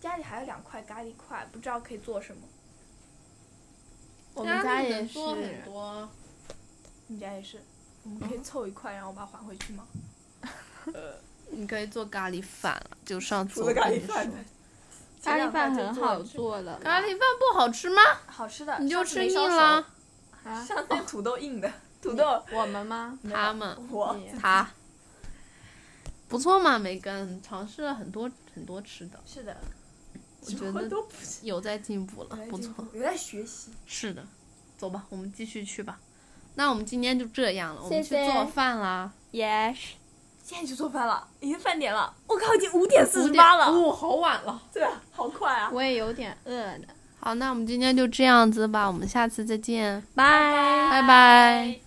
C: 家里还有两块咖喱块，不知道可以做什么。
E: 我
A: 们家也
E: 能做
A: 是
E: 很多，
C: 你们家也是？我们可以凑一块，然后把它还回去吗？
F: 你可以做咖喱饭了，就上次
G: 除
F: 我
G: 了
F: 跟
G: 咖喱
F: 你
G: 饭
F: 说，
A: 咖喱饭
C: 前
A: 很
C: 两块就
A: 好
C: 做
A: 做了，
F: 咖喱饭不好吃吗？
C: 好吃的， *laughs*
F: 你就
C: 上次
F: 吃
C: 没
F: 腻
C: 烧熟
F: 了。。
A: 啊，
C: 上次土豆硬的，土豆
A: 我们吗？
F: 他们
C: 我
A: 你
F: 他不错嘛，梅根尝试了很多很多吃的，
C: 是的，
F: 嗯我觉
C: 什么
F: 得
C: 都不行，
F: 有在进步了，不错。
C: 有在学习。
F: 是的，走吧，我们继续去吧。那我们今天就这样了，我们去
A: 谢谢
F: 做饭啦。
A: Yes，
C: 现在去做饭了，已经饭点了，我靠，已经五点 *laughs* 四十八了，
F: 哦，好晚了。
C: 对啊，好快啊！
A: 我也有点饿了，
F: 好，那我们今天就这样子吧，我们下次再见，
A: 拜。
F: 拜拜